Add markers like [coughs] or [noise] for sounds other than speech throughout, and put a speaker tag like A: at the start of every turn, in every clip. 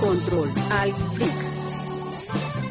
A: Control al Freak.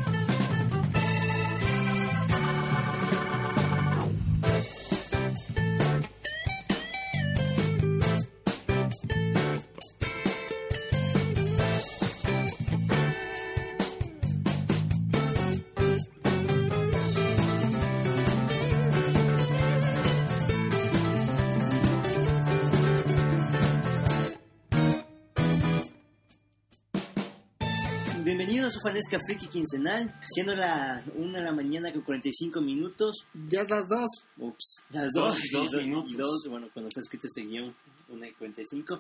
B: Bienvenidos a Fanesca Friki Quincenal, siendo la 1 de la mañana con 45 minutos.
C: Ya es las dos.
B: Ups, las
D: Dos
B: 2
D: y dos minutos.
B: bueno, cuando fue escrito este guión, 1 y 45.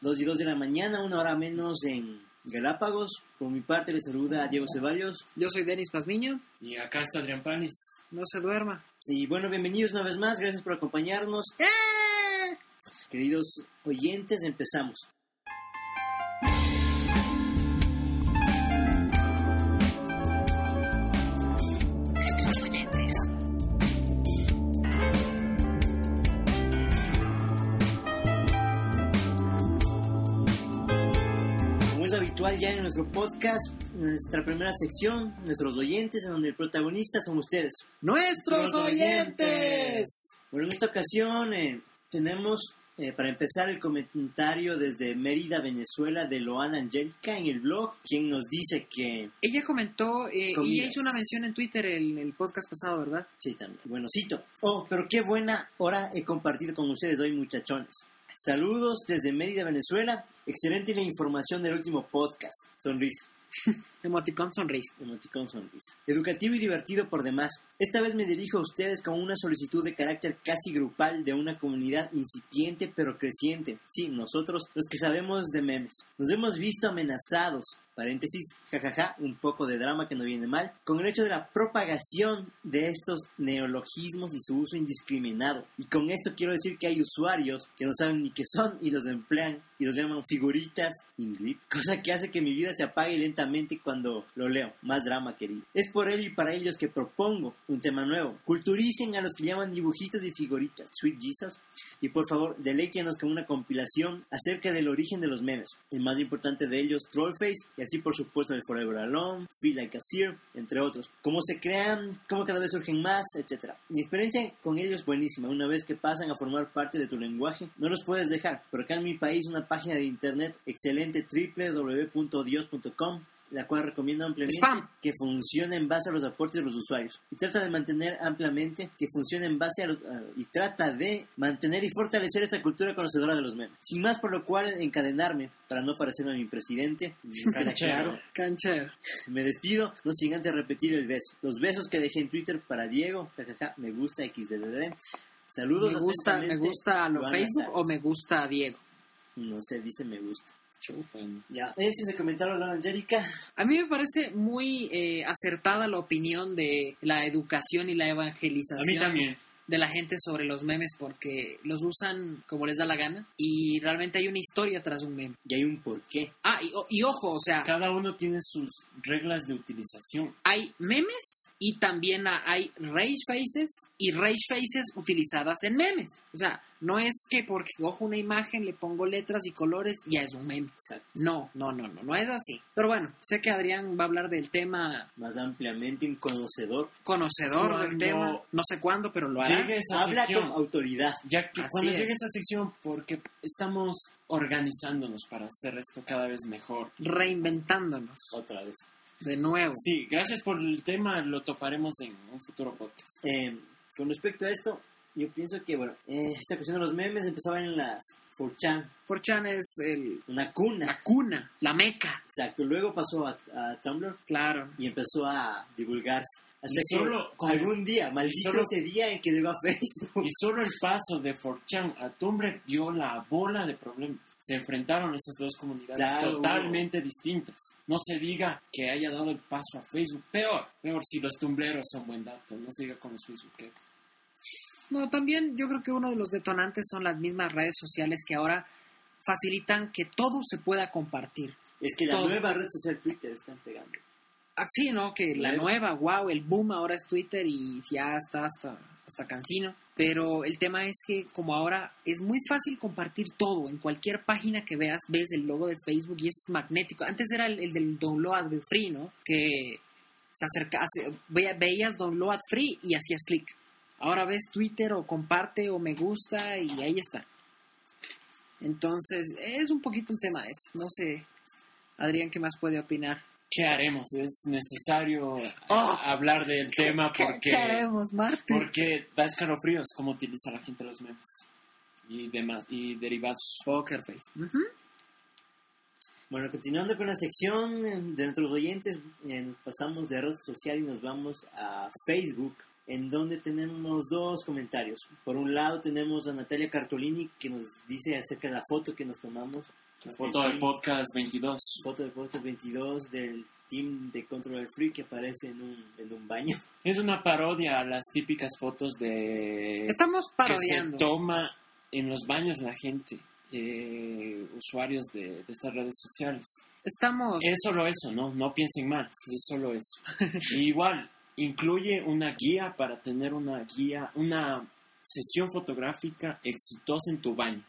B: 2 y 2 de la mañana, una hora menos en Galápagos. Por mi parte, les saluda a Diego Ceballos.
C: Yo soy Denis Pazmiño.
D: Y acá está Adrián Panis.
C: No se duerma.
B: Y bueno, bienvenidos una vez más, gracias por acompañarnos. ¡Eh! Queridos oyentes, empezamos.
A: Nuestros oyentes.
B: Como es habitual ya en nuestro podcast, nuestra primera sección, nuestros oyentes, en donde el protagonista son ustedes.
C: ¡Nuestros
B: Los
C: oyentes!
B: oyentes. Bueno, en esta ocasión eh, tenemos eh, para empezar el comentario desde Mérida, Venezuela, de Loana Angélica en el blog, quien nos dice que.
C: Ella comentó eh, y
B: Comidas.
C: ella hizo una mención en Twitter en el podcast pasado, ¿verdad?
B: Sí, también. Bueno, cito. Oh, pero qué buena hora he compartido con ustedes hoy, muchachones. Saludos desde Mérida, Venezuela. Excelente la información del último podcast. Sonrisa.
C: Emoticón sonrisa.
B: Emoticón sonrisa. Educativo y divertido por demás. Esta vez me dirijo a ustedes con una solicitud de carácter casi grupal de una comunidad incipiente pero creciente. Sí, nosotros, los que sabemos de memes. Nos hemos visto amenazados. Paréntesis, jajaja, un poco de drama que no viene mal, con el hecho de la propagación de estos neologismos y su uso indiscriminado. Y con esto quiero decir que hay usuarios que no saben ni qué son y los emplean y los llaman figuritas in glip, [laughs] cosa que hace que mi vida se apague lentamente cuando lo leo. Más drama, querido. Es por ello y para ellos que propongo un tema nuevo. Culturicen a los que llaman dibujitos y figuritas, Sweet Jesus, y por favor, deleítenos con una compilación acerca del origen de los memes. El más importante de ellos, Trollface, y así por supuesto el Forever Alone, Feel Like a Seer, entre otros. Cómo se crean, cómo cada vez surgen más, etc. Mi experiencia con ellos es buenísima. Una vez que pasan a formar parte de tu lenguaje, no los puedes dejar. Pero acá en mi país, una página de internet excelente, www.dios.com, la cual recomiendo ampliamente
C: Spam.
B: que funcione en base a los aportes de los usuarios y trata de mantener ampliamente que funcione en base a los a- y trata de mantener y fortalecer esta cultura conocedora de los memes. Sin más por lo cual encadenarme para no parecerme a mi
C: [laughs]
B: presidente, para claro,
C: Cancher.
B: me despido, no sin antes repetir el beso. Los besos que dejé en Twitter para Diego, jajaja, me gusta xddd. Saludos
C: Me gusta, me
B: atentamente,
C: gusta a lo
B: Joana
C: Facebook
B: Sáenz.
C: o me gusta a Diego.
B: No sé, dice me gusta.
D: Chupan.
B: Ya, ese es el comentario de la Angélica.
C: A mí me parece muy eh, acertada la opinión de la educación y la
D: A
C: evangelización.
D: mí también.
C: de la gente sobre los memes porque los usan como les da la gana y realmente hay una historia tras un meme.
B: Y hay un porqué.
C: Ah, y, o- y ojo, o sea,
D: Cada uno tiene sus reglas de utilización.
C: hay memes y también a- hay rage faces y rage faces utilizadas en memes. O sea, no es que porque cojo una imagen, le pongo letras y colores y ya es un meme.
B: Exacto.
C: No, no, no, no, no es así. Pero bueno, sé que Adrián va a hablar del tema
B: Más ampliamente un conocedor.
C: conocedor del
D: Cuando
C: tema, no sé cuándo, pero lo hará.
D: Llegue esa
B: Habla
D: sección.
B: con autoridad.
D: Ya que
C: Así
D: cuando
C: es.
D: llegue esa sección, porque estamos organizándonos para hacer esto cada vez mejor.
C: reinventándonos
B: Otra vez.
C: de nuevo.
D: Sí, gracias por el tema, lo toparemos en un futuro podcast.
B: Eh, con respecto a esto, yo pienso que, bueno, eh, esta cuestión de los memes empezaban en las 4chan,
C: Porchan es el
B: una cuna.
C: la cuna, la meca.
B: Exacto. Luego pasó a, a Tumblr
C: Claro.
B: y empezó a divulgarse. Hasta
D: Y
B: que
D: solo-
B: algún día, maldito
D: solo-
B: ese día en que llegó a Facebook.
D: Y solo el paso de 4chan a Tumblr dio la bola de problemas. Se enfrentaron esas dos comunidades
B: Claro.
D: totalmente distintas. No se diga que haya dado el paso a Facebook. Peor, peor si los tumbleros son buen dato. No se diga con los facebookeros.
C: No, también yo creo que uno de los detonantes son las mismas redes sociales que ahora facilitan que todo se pueda compartir.
B: Es que la
C: Todo.
B: nueva red social Twitter están pegando.
C: Así, Ah, ¿no? Que la
B: Claro.
C: nueva, wow, el boom ahora es Twitter y ya está hasta, hasta cansino. Pero el tema es que como ahora es muy fácil compartir todo. En cualquier página que veas, ves el logo de Facebook y es magnético. Antes era el, el del download de free, ¿no? Que se acerca, se- veía- veías download free y hacías clic. Ahora ves Twitter o comparte o me gusta y ahí está. Entonces, es un poquito el tema ese. No sé, Adrián, ¿qué más puede opinar?
D: ¿Qué haremos? Es necesario
C: Oh.
D: hablar del tema
C: ¿Qué- ¿Qué
D: porque,
C: haremos, Martín?
D: porque da escalofríos cómo utiliza la gente los memes y demás y derivados.
C: Poker Face.
B: Bueno, continuando con la sección de nuestros oyentes, eh, nos pasamos de red social y nos vamos a Facebook, en donde tenemos dos comentarios. Por un lado tenemos a Natalia Cartolini que nos dice acerca de la foto que nos tomamos.
D: La foto del podcast 22.
B: Foto del podcast 22 del team de Control Free que aparece en un, en un baño. [laughs]
D: Es una parodia a las típicas fotos de...
C: Estamos
D: que se
C: parodiando.
D: toma en los baños la gente, eh, usuarios de, de estas redes sociales.
C: Estamos.
D: Es solo eso, ¿no? No piensen mal, es solo
C: [laughs]
D: eso. Y igual, incluye una guía para tener una guía, una sesión fotográfica exitosa en tu baño.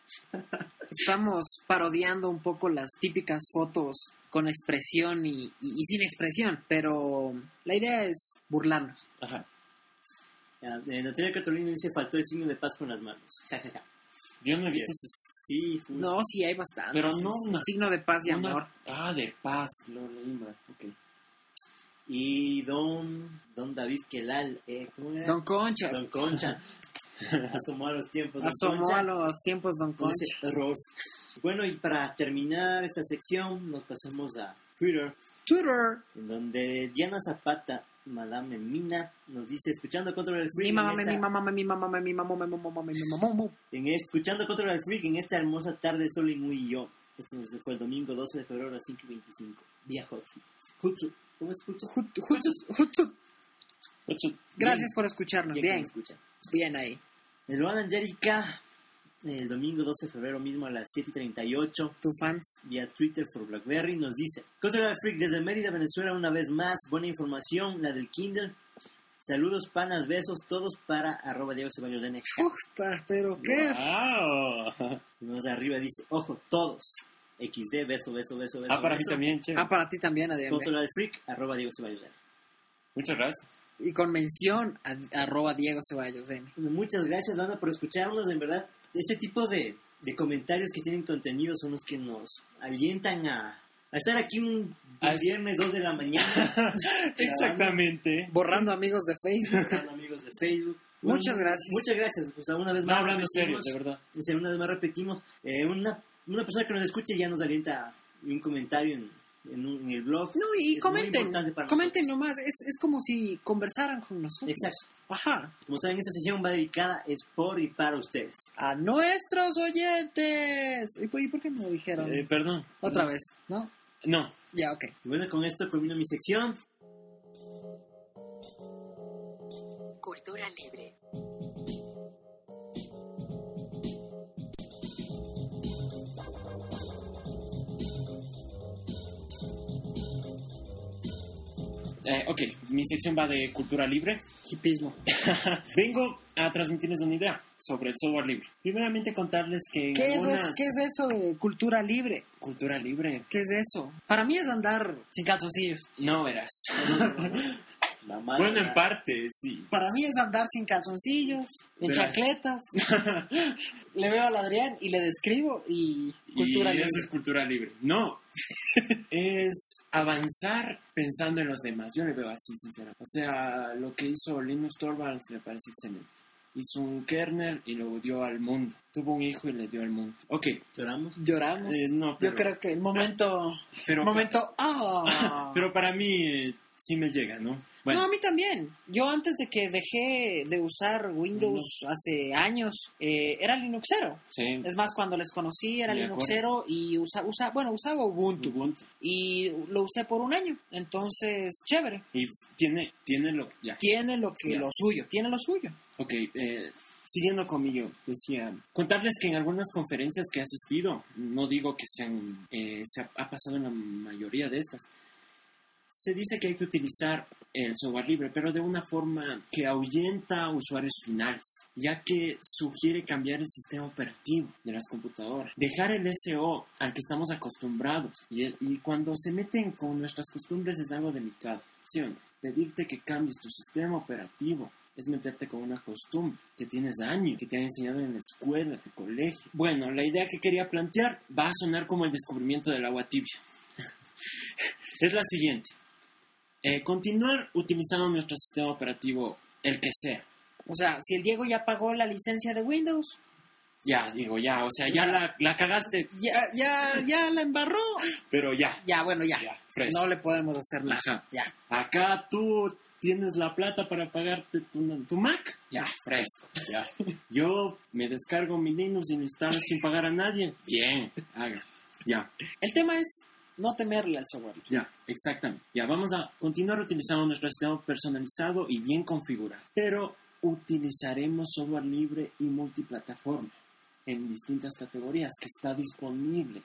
C: Estamos parodiando un poco las típicas fotos con expresión y, y- y sin expresión, pero la idea es burlarnos.
D: Ajá.
B: Ah, eh, Natalia Cartolini dice faltó el signo de paz con las manos. [laughs] Ja, ja, ja.
D: Yo no he
B: Sí.
D: visto ese
B: Sí, ju-
C: No, sí hay bastante.
D: Pero no una-
C: signo de paz y
D: una-
C: amor.
D: Ah, de paz, lo leí mal. ok.
B: Y don, don David Kelal, eh, ¿cómo era?
C: Don Concha.
B: Don Concha. [laughs] Asomó a los tiempos. Don
C: Asomó
B: Concha.
C: a los tiempos Don Concha.
B: Dice Rolf. Bueno, y para terminar esta sección, nos pasamos a Twitter,
C: Twitter.
B: en donde Diana Zapata, Madame Mina, nos dice, escuchando Control del Freak,
C: Mi mamá,
B: en
C: me-
B: esta-
C: mi mamá, me- mi mamá, me- mi mamá, me- mi mamá, me- mi mamá, mu.
B: en es- escuchando Control del Freak en esta hermosa tarde, sol y muy yo. Esto nos fue el domingo 12 de febrero a las 5 y 25. Vía Hotsuite. Hotsuite. ¿Cómo es Hotsuite?
C: Jut- jut- jut-
D: Ocho.
C: Gracias por escucharnos.
B: Bien,
C: Bien,
B: escucha.
C: bien ahí.
B: El Luan Angélica, el domingo 12 de febrero mismo a las 7 y 38.
C: Tu fans.
B: vía Twitter por BlackBerry nos dice Control Freak desde Mérida, Venezuela una vez más, buena información, la del Kindle. Saludos, panas, besos, todos para arroba Diego Ceballos N.
D: [laughs]
C: Puta, pero qué.
D: Wow.
B: Y más arriba dice, ojo, todos. XD, beso, beso, beso, beso.
D: Ah, para mí
B: beso.
D: también, che.
C: Ah, para ti también, Adrián.
B: Control al Freak, arroba Diego Ceballos N.
D: Muchas
C: [laughs]
D: gracias.
C: Y con mención a, arroba Diego Ceballos. M.
B: Pues Muchas gracias, banda, por escucharnos. En verdad, este tipo de, de comentarios que tienen contenido son los que nos alientan a, a estar aquí un
D: A-
B: viernes 2 de la mañana. [laughs]
D: Exactamente.
C: Borrando amigos de Facebook.
B: [laughs] Hola, amigos de Facebook.
C: Muchas gracias.
B: Muchas gracias. Pues, una vez
D: No,
B: más
D: hablando serio,
B: repetimos-
D: de verdad.
B: o sea, una vez más repetimos. eh, una, una persona que nos escuche ya nos alienta y un comentario en, en un- en el blog.
C: No, y
B: Es muy
C: comenten.
B: importante para
C: Comenten
B: nosotros.
C: nomás. Es, es como si conversaran con nosotros.
B: Exacto.
C: Ajá.
B: Como saben, esta sesión va dedicada es por y para ustedes.
C: A nuestros oyentes. ¿Y por, y por qué no lo dijeron?
D: Eh, perdón.
C: Otra vez, ¿no?
D: No,
C: Ya, ok.
B: Y bueno, con esto termino mi sección.
A: Cultura libre.
D: Eh, ok, mi sección va de cultura libre.
C: Hipismo.
D: Vengo a transmitirles una idea sobre el software libre. Primeramente contarles que en
C: ¿Qué es,
D: algunas-
C: ¿Qué es eso de cultura libre?
D: cultura libre?
C: ¿Qué es eso? Para mí es andar sin calzoncillos.
D: No verás.
B: La
C: Ah,
B: madre
D: bueno,
B: de la-
D: en parte, sí.
C: Para mí es andar sin calzoncillos, en
D: Verás. [laughs]
C: chaquetas. le veo al Adrián y le describo y
D: y
C: cultura libre.
D: eso es cultura libre. No. [laughs] es avanzar pensando en los demás. Yo le veo así, sinceramente. O sea, lo que hizo Linus Torvalds me parece excelente. Hizo un kernel y lo dio al mundo. Tuvo un hijo y le dio al mundo. Ok,
B: Lloramos.
C: Lloramos.
D: Eh, no,
C: Yo
D: pero-
C: creo que el momento...
D: [laughs] pero... [laughs]
C: momento... ah.
D: Pero para mí eh, sí me llega, ¿no?
B: Bueno,
C: No, a mí también. Yo antes de que dejé de usar Windows hace años, eh, era Linuxero.
D: Sí.
C: Es más, cuando les conocí era
D: De
C: Linuxero y usa, usa, bueno, usaba Ubuntu.
D: Ubuntu.
C: Y lo usé por un año. Entonces, chévere.
D: Y tiene, tiene lo ya.
C: Tiene lo, que,
D: Ya.
C: lo suyo, tiene lo suyo.
D: Ok, eh, siguiendo conmigo, decía, contarles que en algunas conferencias que he asistido, no digo que sean, eh, se ha, ha pasado en la mayoría de estas, se dice que hay que utilizar el software libre, pero de una forma que ahuyenta a usuarios finales, ya que sugiere cambiar el sistema operativo de las computadoras, dejar el SO al que estamos acostumbrados, y, y cuando se meten con nuestras costumbres es algo delicado, ¿sí o no? Pedirte que cambies tu sistema operativo es meterte con una costumbre que tienes años, que te han enseñado en la escuela, en el colegio. Bueno, la idea que quería plantear va a sonar como el descubrimiento del agua tibia. [laughs] es la siguiente. Eh, continuar utilizando nuestro sistema operativo, el que sea.
C: O sea, si el Diego ya pagó la licencia de Windows,
D: Ya, digo, ya, o sea, ya la, la cagaste,
C: ya, ya, ya la embarró.
D: pero ya.
C: Ya, bueno, ya.
D: Ya, fresco.
C: No le podemos hacer nada.
D: Ajá.
C: Ya.
D: Acá tú tienes la plata para pagarte tu, tu Mac. Ya, fresco. Ya. Yo me descargo mi Linux y lo instalo sin pagar a nadie. Bien, haga. Ya.
C: El tema es no temerle al software.
D: Ya, exactamente. Ya, vamos a continuar utilizando nuestro sistema personalizado y bien configurado. Pero utilizaremos software libre y multiplataforma en distintas categorías que está disponible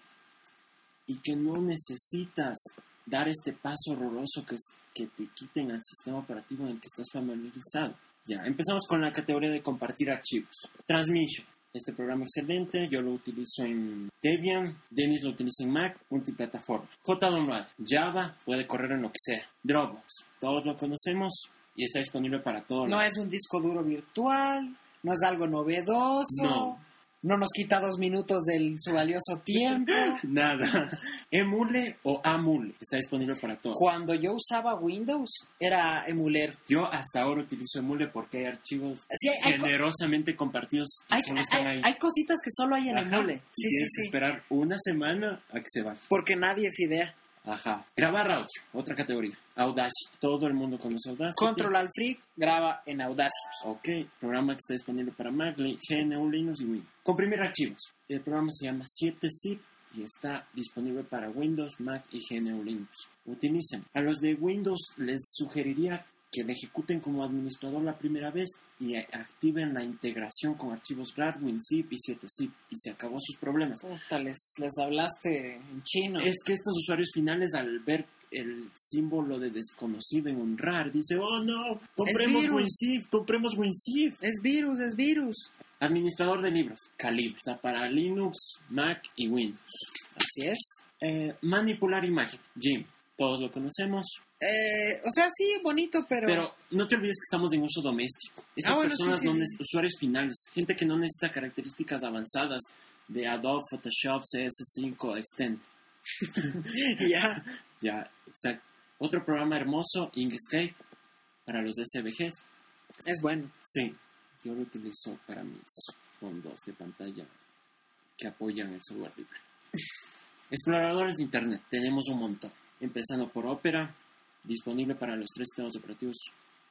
D: y que no necesitas dar este paso horroroso que es que te quiten al sistema operativo en el que estás familiarizado. Ya, empezamos con la categoría de compartir archivos. Transmission. Este programa excelente, yo lo utilizo en Debian, Dennis lo utiliza en Mac, multiplataforma. JDownload, Java, puede correr en lo que sea. Dropbox, todos lo conocemos y está disponible para todos.
C: No
D: los-
C: es un disco duro virtual, no es algo novedoso,
D: No.
C: no, nos quita dos minutos de su valioso
D: [laughs]
C: tiempo.
D: Nada. [laughs] Emule o Amule, está disponible para todos.
C: Cuando yo usaba Windows, era emuler.
D: Yo hasta ahora utilizo Emule porque hay archivos
C: Sí, hay, hay co-
D: generosamente compartidos que
C: hay-
D: solo están
C: hay-
D: ahí.
C: hay cositas que solo hay en
D: Ajá.
C: emule.
D: Y
C: Sí, sí,
D: tienes que
C: sí.
D: esperar una semana a que se baje.
C: Porque nadie fidea.
D: Ajá. Grabar audio, otra categoría. Audacity. Todo el mundo conoce Audacity.
C: Control al Free graba en Audacity.
D: Ok, programa que está disponible para Mac, Lin- GNU, Linux y Windows. Comprimir archivos. El programa se llama 7zip y está disponible para Windows, Mac y GNU Linux. Utilicen. A los de Windows les sugeriría que le ejecuten como administrador la primera vez y eh, activen la integración con archivos RAR, WinZip y 7zip y se acabó sus problemas.
C: Puta, les, les hablaste en chino.
D: Es que estos usuarios finales al ver el símbolo de desconocido en un RAR dice, oh no, compremos
C: virus.
D: WinZip, compremos WinZip.
C: es virus, es virus.
D: Administrador de libros, Calibre. Está para Linux, Mac y Windows.
C: Así es.
D: Eh, manipular imagen, Jim. Todos lo conocemos.
C: Eh, o sea, sí, bonito, pero...
D: Pero no te olvides que estamos en uso doméstico. Estas
C: Ah, bueno,
D: personas,
C: sí, sí,
D: no
C: sí.
D: neces- usuarios finales, gente que no necesita características avanzadas de Adobe, Photoshop, CS5, Extend.
C: [laughs] ya.
D: Ya, exacto. Otro programa hermoso, Inkscape, para los SVGs.
C: Es bueno.
D: Sí, yo lo utilizo para mis fondos de pantalla que apoyan el software libre.
C: [laughs]
D: Exploradores de Internet, tenemos un montón. Empezando por Opera, disponible para los tres sistemas operativos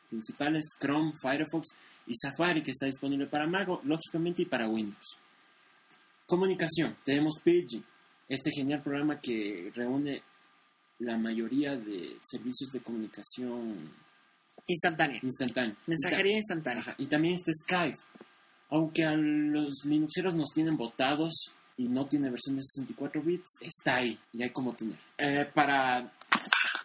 D: principales, Chrome, Firefox y Safari, que está disponible para Mac, lógicamente, y para Windows. Comunicación, tenemos Pidgin, este genial programa que reúne la mayoría de servicios de comunicación
C: Instantánea.
D: instantánea.
C: Mensajería instantánea.
D: Ajá, Y también está Skype. Aunque a los Linuxeros nos tienen votados y no tiene versión de 64 bits, está ahí y hay como tener. Eh, para,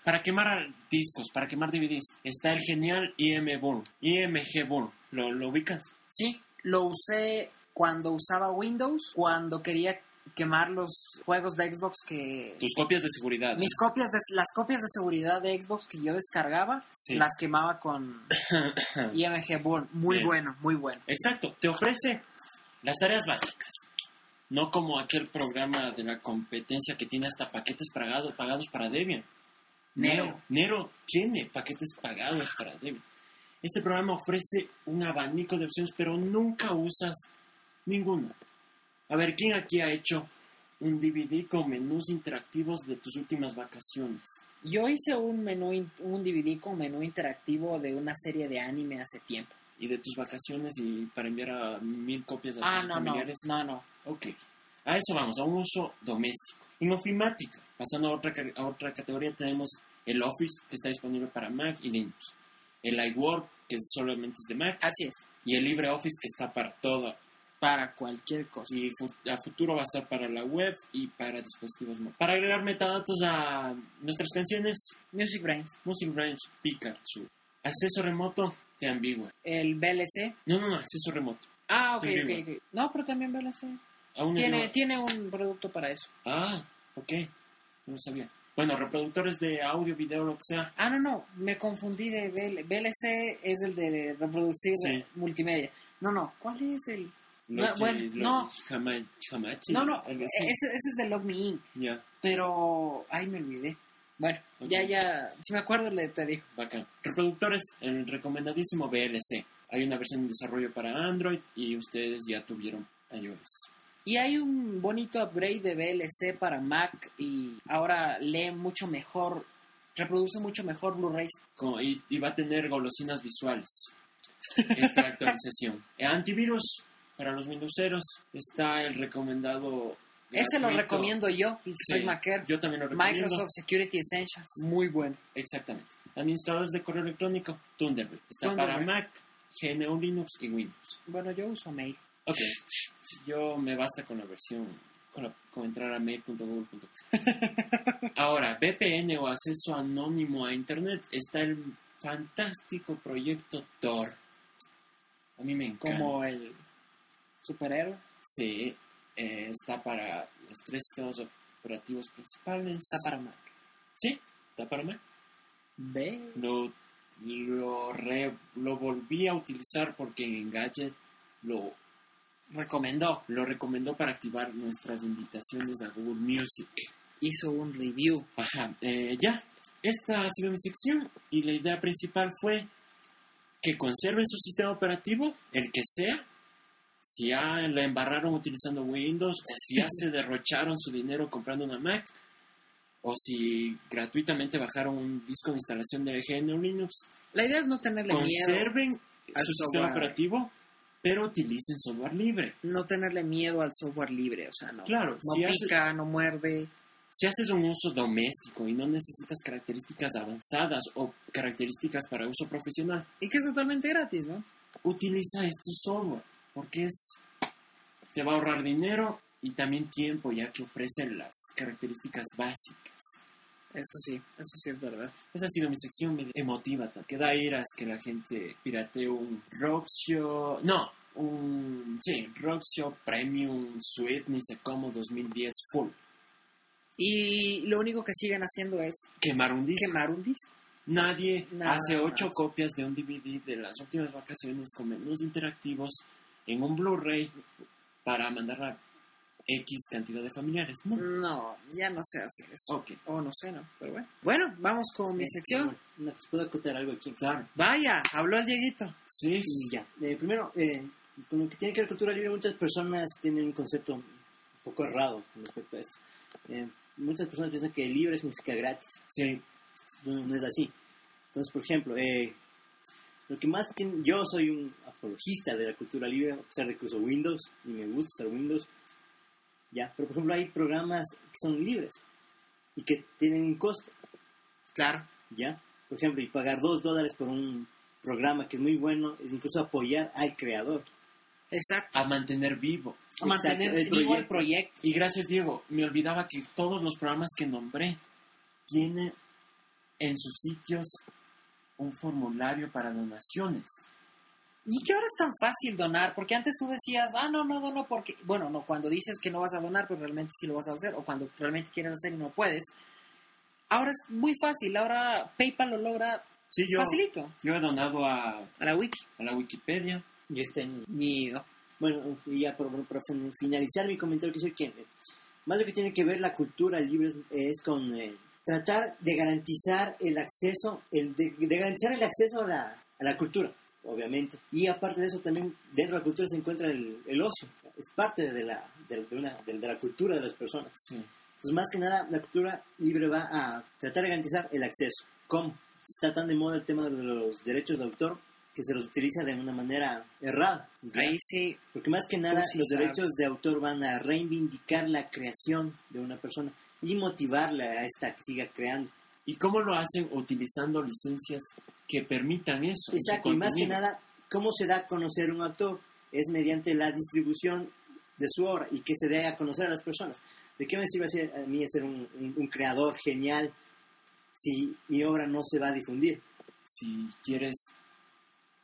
D: para quemar discos, para quemar DVDs, está el genial IM Burn, IMG Burn. ¿Lo, lo ubicas?
C: Sí, lo usé cuando usaba Windows, cuando quería quemar los juegos de Xbox que...
D: Tus copias de seguridad.
C: Mis copias, de, las copias de seguridad de Xbox que yo descargaba,
D: Sí.
C: las quemaba [coughs] con IMG Burn. Muy
D: Bien.
C: bueno, muy bueno.
D: Exacto, te ofrece las tareas básicas. No como aquel programa de la competencia que tiene hasta paquetes pagados, pagados para Debian.
C: Nero.
D: Nero tiene paquetes pagados para Debian. Este programa ofrece un abanico de opciones, pero nunca usas ninguno. A ver, ¿quién aquí ha hecho un DVD con menús interactivos de tus últimas vacaciones.
C: Yo hice un menú, in- un DVD con menú interactivo de una serie de anime hace tiempo.
D: Y de tus vacaciones y para enviar a mil copias a
C: Ah,
D: tus
C: no, no,
D: familiares.
C: no, no.
D: Ok. A eso vamos, a un uso doméstico. En ofimática, pasando a otra, ca- a otra categoría, tenemos el Office, que está disponible para Mac y Linux. El iWork, que solamente es de Mac.
C: Así es,
D: Y el LibreOffice, que está para todo.
C: para cualquier cosa.
D: Y fu- a futuro va a estar para la web y para dispositivos móviles. Para agregar metadatos a nuestras canciones,
C: Music Brains,
D: Music Branch, Pikachu. Acceso remoto, te ambigua.
C: el VLC.
D: No, no, no, acceso remoto.
C: Ah, ok,
D: También,
C: ok, ok. No, pero también VLC.
D: Aún
C: Tiene,
D: digo-
C: tiene un producto para eso.
D: Ah, ok. No lo sabía. Bueno, reproductores de audio, video, lo que sea.
C: Ah, no, no, me confundí de VL- VLC, es el de reproducir
D: Sí.
C: multimedia. No, no, ¿cuál es el?
D: Lo
C: No,
D: que-
C: bueno,
D: lo-
C: no.
D: jama- jamachi,
C: no, no,
D: algo
C: ese,
D: así.
C: ese es de Log Me In,
D: Ya,
C: pero, ay, me olvidé. Bueno,
D: Ok.
C: ya, ya, si me acuerdo le te digo.
D: bacán. Reproductores, el recomendadísimo VLC. Hay una versión en desarrollo para Android y ustedes ya tuvieron iOS.
C: Y hay un bonito upgrade de VLC para Mac y ahora lee mucho mejor, reproduce mucho mejor Blu-rays.
D: Como- y, y va a tener golosinas visuales.
C: [laughs]
D: Esta actualización. Eh, Antivirus para los Windowseros. Está el recomendado.
C: Ese lo
D: gratuito.
C: recomiendo yo, y
D: Sí,
C: soy Macer.
D: Yo también lo recomiendo.
C: Microsoft Security Essentials, muy bueno.
D: Exactamente. Administradores de correo electrónico, Thunderbird. Está
C: Thunderbird.
D: para Mac, GNU Linux y Windows.
C: Bueno, yo uso Mail.
D: Ok. Yo me basta con la versión, con, la- con entrar a mail.google.com. Ahora, VPN o acceso anónimo a Internet está el fantástico proyecto Tor. A mí me encanta.
C: como el superhéroe.
D: Sí, eh, está para los tres sistemas operativos principales.
C: Está para Mac.
D: Sí, está para Mac.
C: Ve.
D: lo, lo, re- lo volví a utilizar porque en Engadget lo,
C: Recomendó.
D: lo recomendó para activar nuestras invitaciones a Google Music.
C: Hizo un review.
D: Ajá, eh, ya, esta ha sido mi sección y la idea principal fue que conserven su sistema operativo, el que sea, si ya la embarraron utilizando Windows, o si ya
C: [laughs]
D: se derrocharon su dinero comprando una Mac, o si gratuitamente bajaron un disco de instalación de GNU Linux,
C: La idea es no tenerle miedo.
D: conserven
C: al
D: su sistema
C: software.
D: operativo, pero utilicen software libre.
C: No tenerle miedo al software libre. O sea, no,
D: Claro,
C: no
D: si hace-
C: pica, no muerde.
D: Si haces un uso doméstico y no necesitas características avanzadas o características para uso profesional,
C: Y que es totalmente gratis, ¿no?
D: utiliza este software porque es te va a ahorrar dinero y también tiempo ya que ofrece las características básicas.
C: Eso sí, eso sí es verdad.
D: Esa ha sido mi sección medio emotiva. tal. Que da iras que la gente piratee un Roxio. No, un. Sí, Roxio Premium Suite, ni sé cómo, 2010 Full.
C: Y lo único que siguen haciendo es
D: Quemar un disco.
C: quemar un disco.
D: Nadie
C: Nada
D: hace ocho
C: más.
D: copias de un DVD de las últimas vacaciones con menús interactivos en un Blu-ray para mandar a X cantidad de familiares. No.
C: No, ya no se hace eso.
D: Ok.
C: O no sé, ¿no? Pero bueno. Bueno, vamos con mi
B: Eh,
C: sección.
B: bueno, pues, puedo acotar algo aquí.
D: Claro.
C: Vaya, habló el Dieguito.
D: Sí.
B: Y ya. Eh, primero, eh, con lo que tiene que ver cultura libre, muchas personas tienen un concepto un poco errado con respecto a esto. Eh, muchas personas piensan que libre significa gratis.
D: Sí.
B: No, no es así. Entonces, por ejemplo, eh, lo que más que yo soy un apologista de la cultura libre, a pesar de que uso Windows y me gusta usar Windows, ya. Pero por ejemplo, hay programas que son libres y que tienen un costo.
C: Claro.
B: ¿ya? Por ejemplo, y pagar dos dólares por un programa que es muy bueno es incluso apoyar al creador.
C: Exacto.
D: A mantener vivo.
C: A mantener
B: el
C: vivo el
B: proyecto.
C: proyecto.
D: Y gracias, Diego. Me olvidaba que todos los programas que nombré tienen en sus sitios un formulario para donaciones.
C: Y que ahora es tan fácil donar, porque antes tú decías, ah, no, no dono porque, bueno, no, cuando dices que no vas a donar, pero realmente sí lo vas a hacer, o cuando realmente quieres hacer y no puedes. Ahora es muy fácil, ahora PayPal lo logra
D: Sí, yo,
C: facilito.
D: yo he donado a,
C: A la wiki.
D: a la Wikipedia.
B: Y este año-
C: Ni no.
B: Bueno, y ya por- por- para fin- finalizar mi comentario que soy quien, eh, más lo que tiene que ver la cultura libre es, es con eh, tratar de garantizar el acceso, el de, de garantizar el acceso a la, a la cultura, obviamente. Y aparte de eso también dentro de la cultura se encuentra el, el ocio, es parte de la, de, de una, de- de la cultura de las personas.
D: Sí.
B: Pues más que nada, la cultura libre va a tratar de garantizar el acceso. ¿Cómo? Está tan de moda el tema de los derechos de autor que se los utiliza de una manera errada.
C: Ahí sí,
B: Porque más que nada,
C: sí
B: los
C: sabes.
B: derechos de autor van a reivindicar la creación de una persona y motivarla a esta que siga creando.
D: ¿Y cómo lo hacen? Utilizando licencias que permitan eso. ese
B: Exacto, y más que
D: contenido.
B: nada, ¿cómo se da a conocer un autor? Es mediante la distribución de su obra y que se dé a conocer a las personas. ¿De qué me sirve ser- a mí ser un, un- un creador genial si mi obra no se va a difundir?
D: Si quieres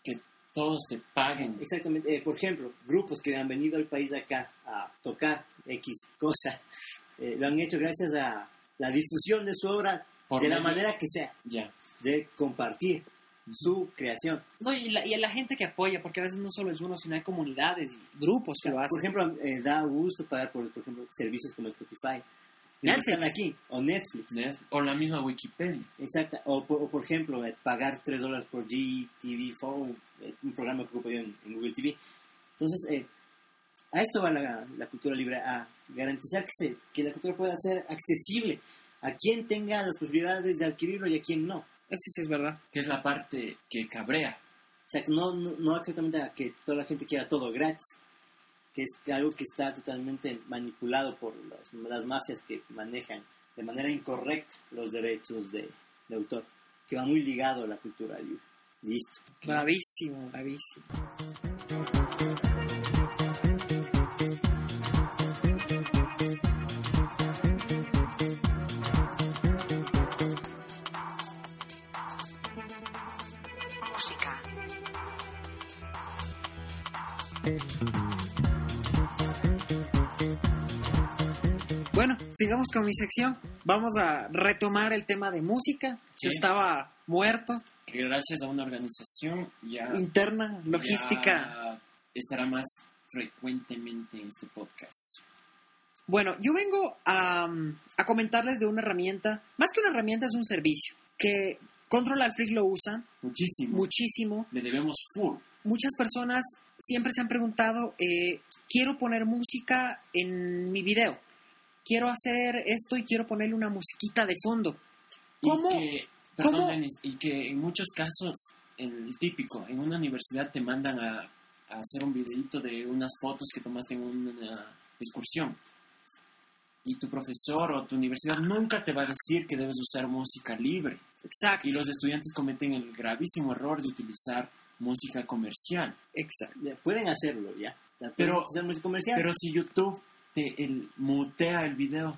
D: que todos te paguen.
B: Exactamente, eh, por ejemplo, grupos que han venido al país de acá a tocar X cosa, [laughs] eh, lo han hecho gracias a la difusión de su obra
D: Por
B: de la
D: medio-
B: manera que sea,
D: Ya.
B: de compartir su creación.
C: No, y, la, y a la gente que apoya, porque a veces no solo es uno, sino hay comunidades y grupos que lo
B: Por
C: hacen.
B: ejemplo, eh, da gusto pagar por, por ejemplo, servicios como Spotify. que
C: Netflix.
B: Están aquí, o Netflix,
D: Net- O la misma Wikipedia.
B: exacta. O, por- o por ejemplo, eh, pagar 3 dólares por GTV Phone, eh, un programa que ocupo yo en, en Google TV. Entonces, eh, a esto va la, la cultura libre, a garantizar que, se, que la cultura pueda ser accesible a quien tenga las posibilidades de adquirirlo y a quien no.
C: Eso sí es verdad.
D: que es la parte que cabrea.
B: O sea, que no, no, no exactamente a que toda la gente quiera todo gratis, que es algo que está totalmente manipulado por las, las mafias que manejan de manera incorrecta los derechos de, de autor, que va muy ligado a la cultura libre. Listo.
C: Bravísimo, bravísimo.
A: Música.
C: Bueno, sigamos con mi sección. Vamos a retomar el tema de música.
D: Sí.
C: Yo estaba muerto,
D: Que gracias a una organización ya.
C: interna, logística.
D: ya estará más frecuentemente en este podcast.
C: Bueno, yo vengo a, mm, a comentarles de una herramienta, más que una herramienta es un servicio, que Control al Freak lo usa
D: Muchísimo.
C: muchísimo.
D: Le debemos full.
C: muchas personas siempre se han preguntado, eh, quiero poner música en mi video, quiero hacer esto y quiero ponerle una musiquita de fondo. ¿Cómo?
D: Y que, perdón,
C: ¿Cómo?
D: Denis, y que en muchos casos, en el típico, en una universidad te mandan a, a hacer un videito de unas fotos que tomaste en una excursión. Y tu profesor o tu universidad nunca te va a decir que debes usar música libre.
C: Exacto,
D: Y los estudiantes cometen el gravísimo error de utilizar música comercial.
C: exacto.
B: Ya, Pueden hacerlo, ¿ya? Ya, pueden
D: Pero-
B: hacer música comercial.
D: Pero si YouTube te el, mutea el video,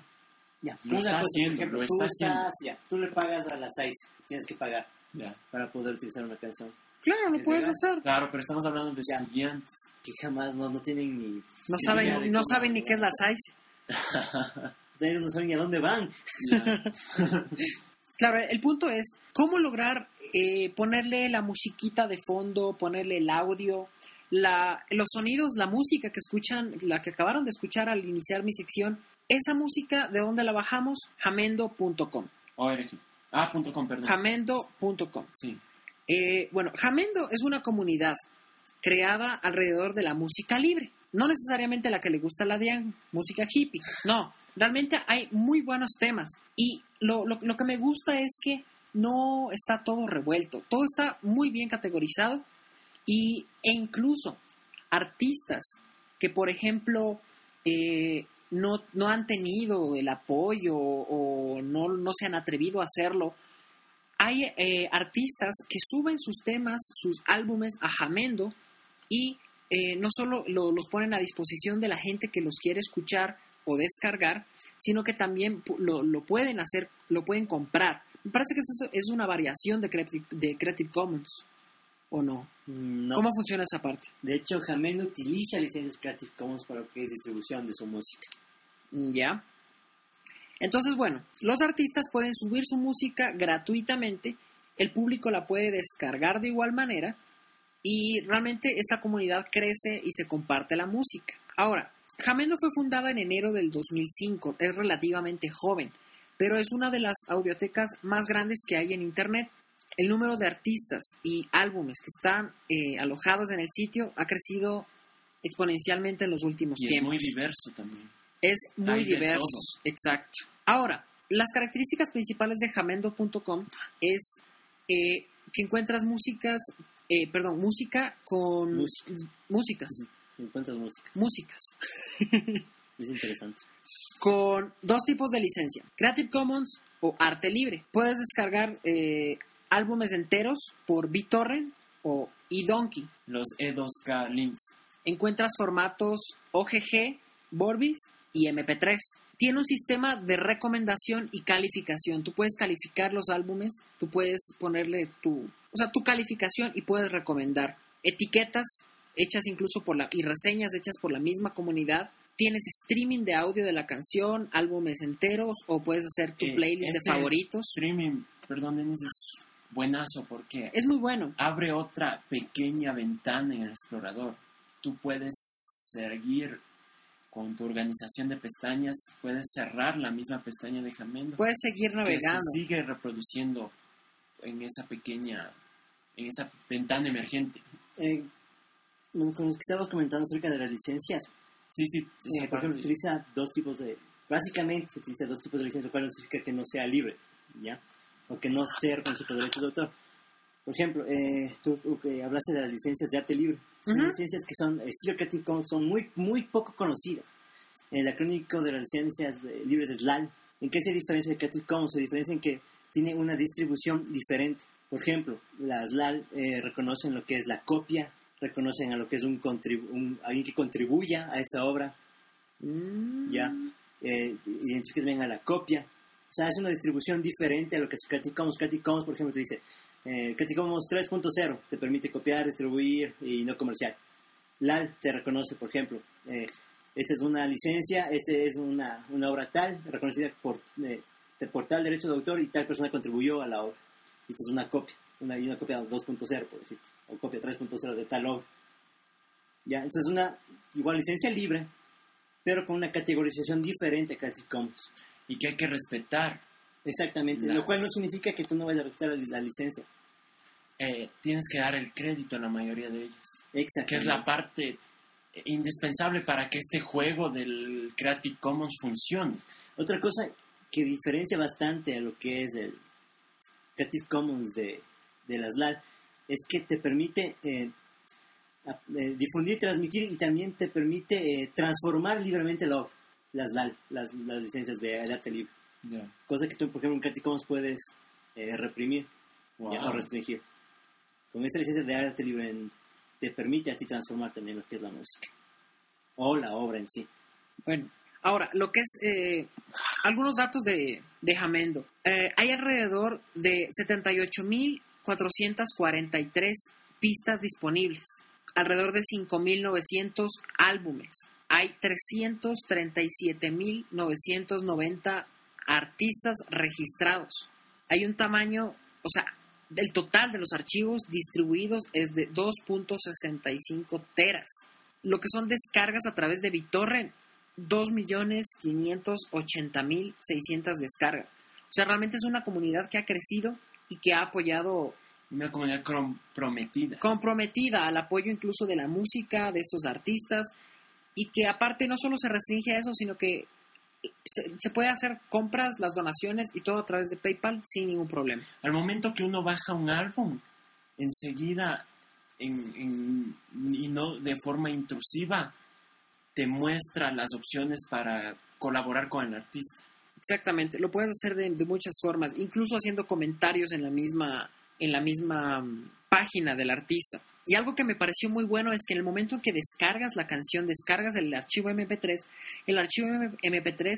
B: ya.
D: lo está
B: por
D: haciendo,
B: ejemplo,
D: lo
B: tú
D: está
B: estás- ya, tú le pagas a las 6, tienes que pagar
D: ya.
B: para poder utilizar una canción
C: Claro, lo
B: Es
C: puedes
B: legal.
C: hacer.
D: claro, pero estamos hablando de
B: Ya.
D: estudiantes.
B: que jamás no, no tienen ni...
C: No
B: ni idea de
C: saben, no
B: cómo-
C: saben ni qué es la size.
B: Ellos no saben ni a dónde van.
D: Ya.
C: Claro, el punto es cómo lograr eh, ponerle la musiquita de fondo, ponerle el audio, la- los sonidos, la música que escuchan, la que acabaron de escuchar al iniciar mi sección. Esa música, ¿de dónde la bajamos? Jamendo.com.
D: ORG. Ah, punto com, perdón.
C: Jamendo.com.
D: sí.
C: Eh, bueno, Jamendo es una comunidad creada alrededor de la música libre. No necesariamente la que le gusta a la Diane, música hippie. No, realmente hay muy buenos temas. Y lo, lo- lo que me gusta es que no está todo revuelto. Todo está muy bien categorizado. Y, e incluso artistas que, por ejemplo, eh, no, no han tenido el apoyo o no, no se han atrevido a hacerlo hay eh, artistas que suben sus temas, sus álbumes a Jamendo y eh, no solo lo- los ponen a disposición de la gente que los quiere escuchar o descargar, sino que también pu- lo, lo pueden hacer, lo pueden comprar. Me parece que eso es una variación de Creative, de Creative Commons, ¿o no?
B: No.
C: ¿Cómo funciona esa parte?
B: De hecho, Jamendo utiliza licencias Creative Commons para lo que es distribución de su música.
C: ¿Ya? Entonces, bueno, los artistas pueden subir su música gratuitamente, el público la puede descargar de igual manera y realmente esta comunidad crece y se comparte la música. Ahora, Jamendo fue fundada en enero del 2005, es relativamente joven, pero es una de las audiotecas más grandes que hay en Internet. El número de artistas y álbumes que están eh, alojados en el sitio ha crecido exponencialmente en los últimos
D: Y es
C: tiempos.
D: muy diverso también.
C: Es muy
D: Hay de
C: diverso.
D: todo.
C: Exacto. Ahora, las características principales de jamendo.com es eh, que encuentras músicas, eh, perdón, música con
B: Músicas.
C: músicas,
B: Encuentras música.
C: músicas,
B: Es interesante.
C: con dos tipos de licencia, Creative Commons o arte libre. Puedes descargar eh, álbumes enteros por BitTorrent o eDonkey.
D: Los E2K links.
C: Encuentras formatos OGG, Borbis y MP3. Tiene un sistema de recomendación y calificación. Tú puedes calificar los álbumes, tú puedes ponerle tu, o sea, tu calificación y puedes recomendar etiquetas hechas incluso por la y reseñas hechas por la misma comunidad. Tienes streaming de audio de la canción, álbumes enteros o puedes hacer tu
D: Eh,
C: playlist
D: este
C: de favoritos.
D: Streaming, perdón, Denis, es buenazo porque
C: Es muy bueno.
D: abre otra pequeña ventana en el explorador. Tú puedes seguir con tu organización de pestañas, puedes cerrar la misma pestaña de Jamendo.
C: Puedes seguir
D: que se
C: navegando.
D: sigue reproduciendo en esa pequeña, en esa ventana emergente.
B: Eh, con los que estabas comentando acerca de las licencias,
D: Sí, sí, esa
B: eh, por ejemplo,
D: parte.
B: utiliza dos tipos de. Básicamente, utiliza dos tipos de licencia, lo cual no significa que no sea libre, ¿ya? O que no esté reconocido por derechos de autor. Por ejemplo, eh, tú eh, hablaste de las licencias de arte libre. Son
C: Ujú.
B: licencias que son, eh, estilo Creative Commons, son muy, muy poco conocidas. El acrónico de las licencias de- libres es LAL. ¿En qué se diferencia de Creative Commons? Se diferencia en que tiene una distribución diferente. Por ejemplo, las LAL eh, reconocen lo que es la copia, reconocen a lo que es un, contribu- un- alguien que contribuya a esa obra,
C: Mm.
B: ya eh, identifica también a la copia. O sea, es una distribución diferente a lo que es Creative Commons. Creative Commons, por ejemplo, te dice eh, Creative Commons 3.0 te permite copiar, distribuir y no comercial. LAL te reconoce, por ejemplo, eh, esta es una licencia, esta es una, una obra tal, reconocida por, eh, te- por tal derecho de autor y tal persona contribuyó a la obra. Y esta es una copia, una, y una copia 2.0, por decirte, o copia 3.0 de tal obra. Ya, entonces es una igual licencia libre, pero con una categorización diferente a Creative Commons.
D: Y que hay que respetar.
B: Exactamente,
D: Las-
B: lo cual no significa que tú no vayas a respetar la, li- la licencia.
D: eh, tienes que dar el crédito a la mayoría de ellas.
B: Exactamente.
D: que es la parte indispensable para que este juego del Creative Commons funcione.
B: Otra cosa que diferencia bastante a lo que es el Creative Commons de, de las LAL es que te permite eh, ap- eh, difundir, transmitir y también te permite eh, transformar libremente la obra, las LAL, las, las licencias de de arte libre. Cosa que tú, por ejemplo, en Creative Commons puedes eh, reprimir.
D: Wow.
B: ya, o restringir. Con esta licencia de arte libre en- te permite a ti transformar también lo que es la música o la obra en sí.
C: Bueno, ahora, lo que es eh, algunos datos de, de Jamendo. Eh, hay alrededor de 78.443 pistas disponibles, alrededor de 5.900 álbumes. Hay 337.990 artistas registrados. Hay un tamaño, o sea, del total de los archivos distribuidos es de 2.65 teras. Lo que son descargas a través de BitTorrent 2.580.600 descargas. O sea, realmente es una comunidad que ha crecido y que ha apoyado,
D: Una comunidad comprometida.
C: comprometida al apoyo incluso de la música, de estos artistas, y que aparte no solo se restringe a eso, sino que se, se puede hacer compras, las donaciones y todo a través de PayPal sin ningún problema.
D: Al momento que uno baja un álbum, enseguida, en- en- y no de forma intrusiva, te muestra las opciones para colaborar con el artista.
C: Exactamente, lo puedes hacer de, de muchas formas, incluso haciendo comentarios en la misma en la misma mm, página del artista. Y algo que me pareció muy bueno es que en el momento en que descargas la canción, descargas el archivo MP3, el archivo MP3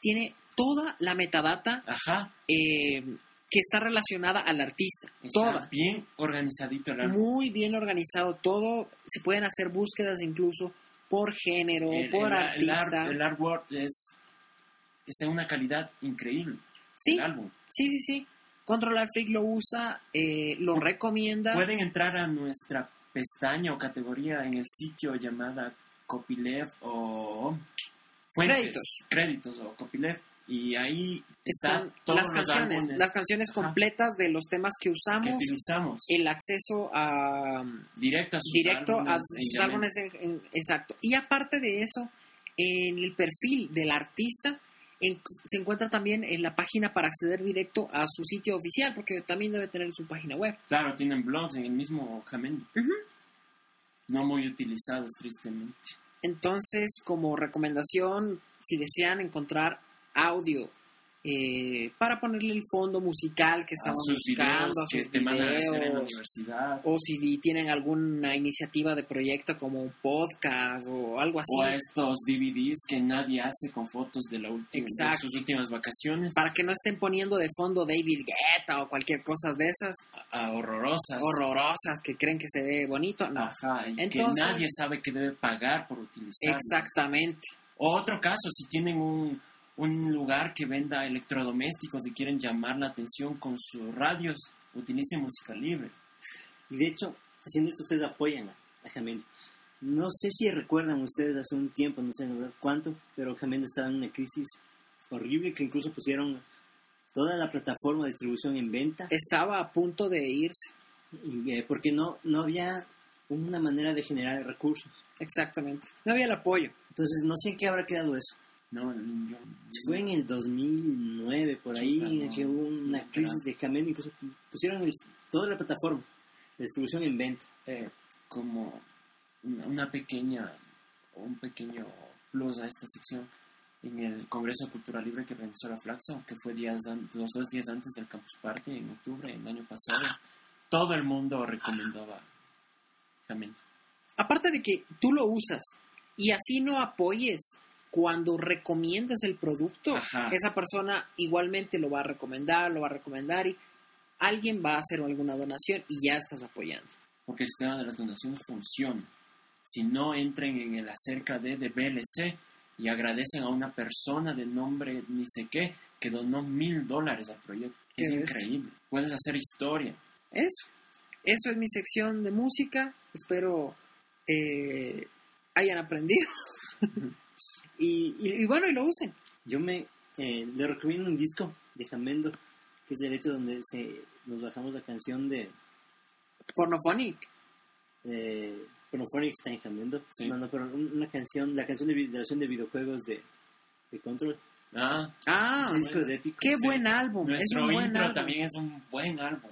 C: tiene toda la metadata
D: Ajá.
C: eh, que está relacionada al artista,
D: Está
C: toda.
D: bien organizadito el álbum.
C: Muy bien organizado todo, se pueden hacer búsquedas incluso por género,
D: El,
C: por
D: el- el
C: artista.
D: art- el artwork es, está en una calidad increíble.
C: sí,
D: El álbum.
C: Sí, sí, sí. Controlar Freak lo usa, eh, lo recomienda.
D: Pueden entrar a nuestra pestaña o categoría en el sitio llamada Copyleft o Fuentes,
C: Créditos.
D: créditos o Copyleft Y ahí
C: Están
D: están todas
C: las canciones, las canciones completas de los temas que
D: que
C: usamos,
D: utilizamos.
C: el acceso a
D: directo a sus
C: directo
D: álbumes.
C: a sus
D: en
C: álbumes en- en- exacto. Y aparte de eso, en el perfil del artista en- se encuentra también en la página para acceder directo a su sitio oficial, porque también debe tener su página web.
D: Claro, tienen blogs en el mismo Jamendo.
C: Ujú.
D: No muy utilizados, tristemente.
C: Entonces, como recomendación, si desean encontrar audio eh, para ponerle el fondo musical que
D: A
C: estamos
D: sus videos
C: buscando, a
D: que
C: sus
D: te mandan a hacer en la
C: videos,
D: universidad.
C: o si tienen alguna iniciativa de proyecto como un podcast o algo así,
D: O a estos DVDs que nadie hace con fotos de, la última, de
C: Exacto.
D: sus últimas vacaciones.
C: para que no estén poniendo de fondo David Guetta o cualquier cosa de esas
D: A- a Ah, horrorosas.
C: horrorosas que creen que se ve bonito. No,
D: Ajá, y
C: Entonces-
D: que nadie sabe que debe pagar por utilizar.
C: exactamente.
D: O otro caso, si tienen un, un lugar que venda electrodomésticos y quieren llamar la atención con sus radios, utilicen música libre.
B: Y de hecho, haciendo esto ustedes apoyan a, a Jamendo. No sé si recuerdan ustedes hace un tiempo, no sé la verdad cuánto, pero Jamendo estaba en una crisis horrible que incluso pusieron toda la plataforma de distribución en venta
C: Estaba a punto de irse,
B: y, eh, porque no, no había una manera de generar recursos.
C: exactamente. No había el apoyo.
B: Entonces no sé en qué habrá quedado eso.
D: No, yo-
B: Fue en el 2009, por ahí,
D: Chuta, no.
B: que hubo una crisis de Jamendo, incluso pusieron el- toda la plataforma de distribución en venta.
D: eh, como una, una pequeña, un pequeño plus a esta sección en el Congreso de Cultura Libre que organizó la Flaxo, que fue días an- los dos días antes del Campus Party en octubre del año pasado. Todo el mundo recomendaba Jamendo.
C: Aparte de que tú lo usas y así no apoyes cuando recomiendas el producto,
D: Ajá.
C: esa persona igualmente lo va a recomendar, lo va a recomendar y alguien va a hacer alguna donación y ya estás apoyando.
D: porque el sistema de las donaciones funciona. Si no entren en el acerca de, de BLC y agradecen a una persona de nombre ni sé qué que donó mil dólares al proyecto.
C: ¿Qué
D: Es
C: ves?
D: increíble. Puedes hacer historia.
C: Eso. Eso es mi sección de música. Espero eh, hayan aprendido. [laughs] y, y- y bueno, y lo usen.
B: Yo me eh, le recomiendo un disco de Jamendo, que es el hecho donde se nos bajamos la canción de
C: Pornophonic.
B: eh, bueno, Phonics está en Jamendo,
D: Sí.
B: no, no, pero un- una canción, la canción de, vi- de la versión de videojuegos de, de Control.
D: Ah,
C: Ah,
B: Ese disco es épico.
C: qué
D: Sí.
C: buen álbum. es
D: nuestro
C: un buen
D: intro
C: álbum.
D: también es un buen álbum.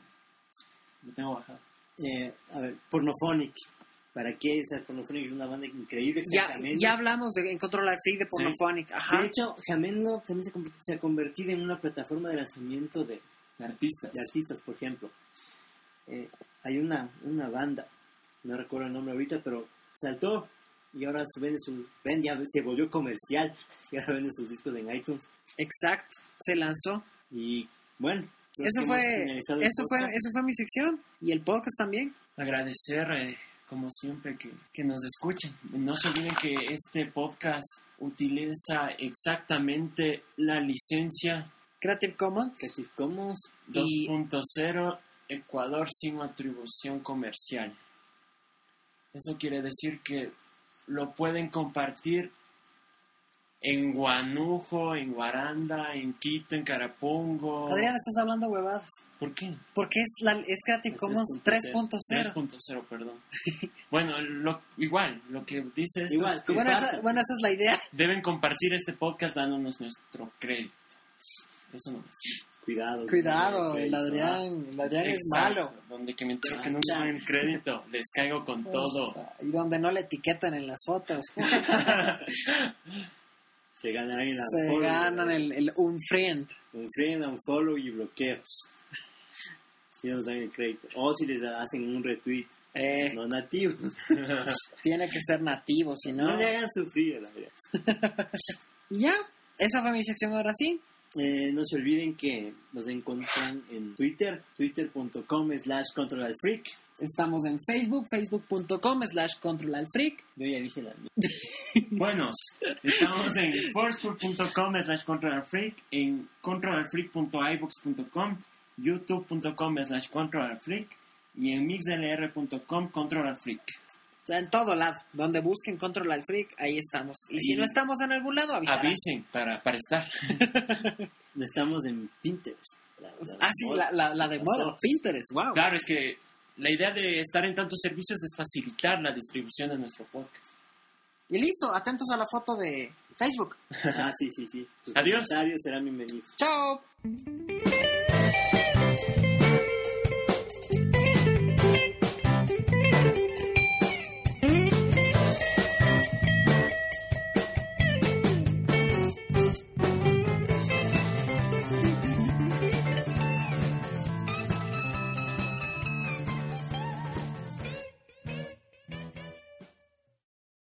D: Lo tengo bajado.
B: Eh, a ver, Pornophonic. ¿Para qué esa Pornophonic es una banda increíble? está en
C: Ya,
B: Jamendo.
C: ya hablamos de en Control Alt Delete de Pornophonic. Ajá.
B: De hecho, Jamendo también se, conv- se ha convertido en una plataforma de lanzamiento de,
D: De artistas.
B: de artistas, por ejemplo. Eh, hay una, una banda, no recuerdo el nombre ahorita, pero saltó y ahora su- vende sus. Ven, ya se volvió comercial [laughs] y ahora vende sus discos en iTunes.
C: Exacto. Se lanzó.
B: Y bueno, creo que
C: Eso
B: hemos
C: fue,
B: finalizado el
C: eso fue,
B: podcast.
C: eso fue mi sección. Y el podcast también.
D: agradecer eh, como siempre que, que nos escuchen. No se olviden que este podcast utiliza exactamente la licencia
C: Creative Commons.
B: Creative Commons.
C: Y-
D: 2.0 Ecuador sin atribución comercial. Eso quiere decir que lo pueden compartir en Guanujo, en Guaranda, en Quito, en Carapungo.
C: Adrián, estás hablando huevadas.
D: ¿Por qué?
C: Porque es, la, es
D: Este
C: Creative
B: La
C: Commons
B: 3.0.
C: 3.0.
D: 3.0, perdón. [laughs] bueno, lo- igual, lo que dice esto
B: Igual,
D: es que-
B: ¿cómo
C: Bueno esa,
B: Compartan.
C: bueno, esa es la idea.
D: Deben compartir este podcast dándonos nuestro crédito. Eso no es.
B: Cuidado.
C: Cuidado,
B: güey,
C: el Adrián, el Adrián es malo. Ah, Pues,
D: Donde que me entero que no nos dan el
C: [laughs]
D: crédito, les caigo con todo.
C: Y donde no le etiquetan en las fotos.
B: Se ganarán el
C: Se
B: unfollow,
C: ganan
B: güey.
C: el, el unfriend.
B: Un friend, un follow y bloqueo. [laughs] Si nos dan el crédito. O si les hacen un retweet.
C: Eh,
B: No nativo. [laughs]
C: Tiene que ser nativo, si
B: No,
C: no.
B: le hagan sufrir a la verdad.
C: Y ya, esa fue mi sección ahora sí.
B: Eh, no se olviden que nos encuentran en Twitter, twitter.com slash control al freak.
C: Estamos en Facebook, facebook.com slash control al freak.
B: Yo ya dije la mía.
D: Bueno, estamos en
C: [laughs]
D: foursquare.com slash controlalfreak, en controlalfreak.ibox.com, youtube.com slash controlalfreak y en mixlr.com controlalfreak.
C: Está en todo lado. Donde busquen Control al Freak, ahí estamos. Y si
D: Ahí.
C: no estamos en algún lado, avisarán.
D: Avisen para, para estar.
B: Estamos en Pinterest. La- la-
C: Ah, sí, la, la, la de
B: Las
C: moda.
B: apps.
C: Pinterest, wow.
D: Claro, es que la idea de estar en tantos servicios es facilitar la distribución de nuestro podcast.
C: Y listo, atentos a la foto de Facebook.
B: Ah, sí, sí, sí. Tus
D: Adiós.
B: comentarios serán bienvenidos.
C: Chao.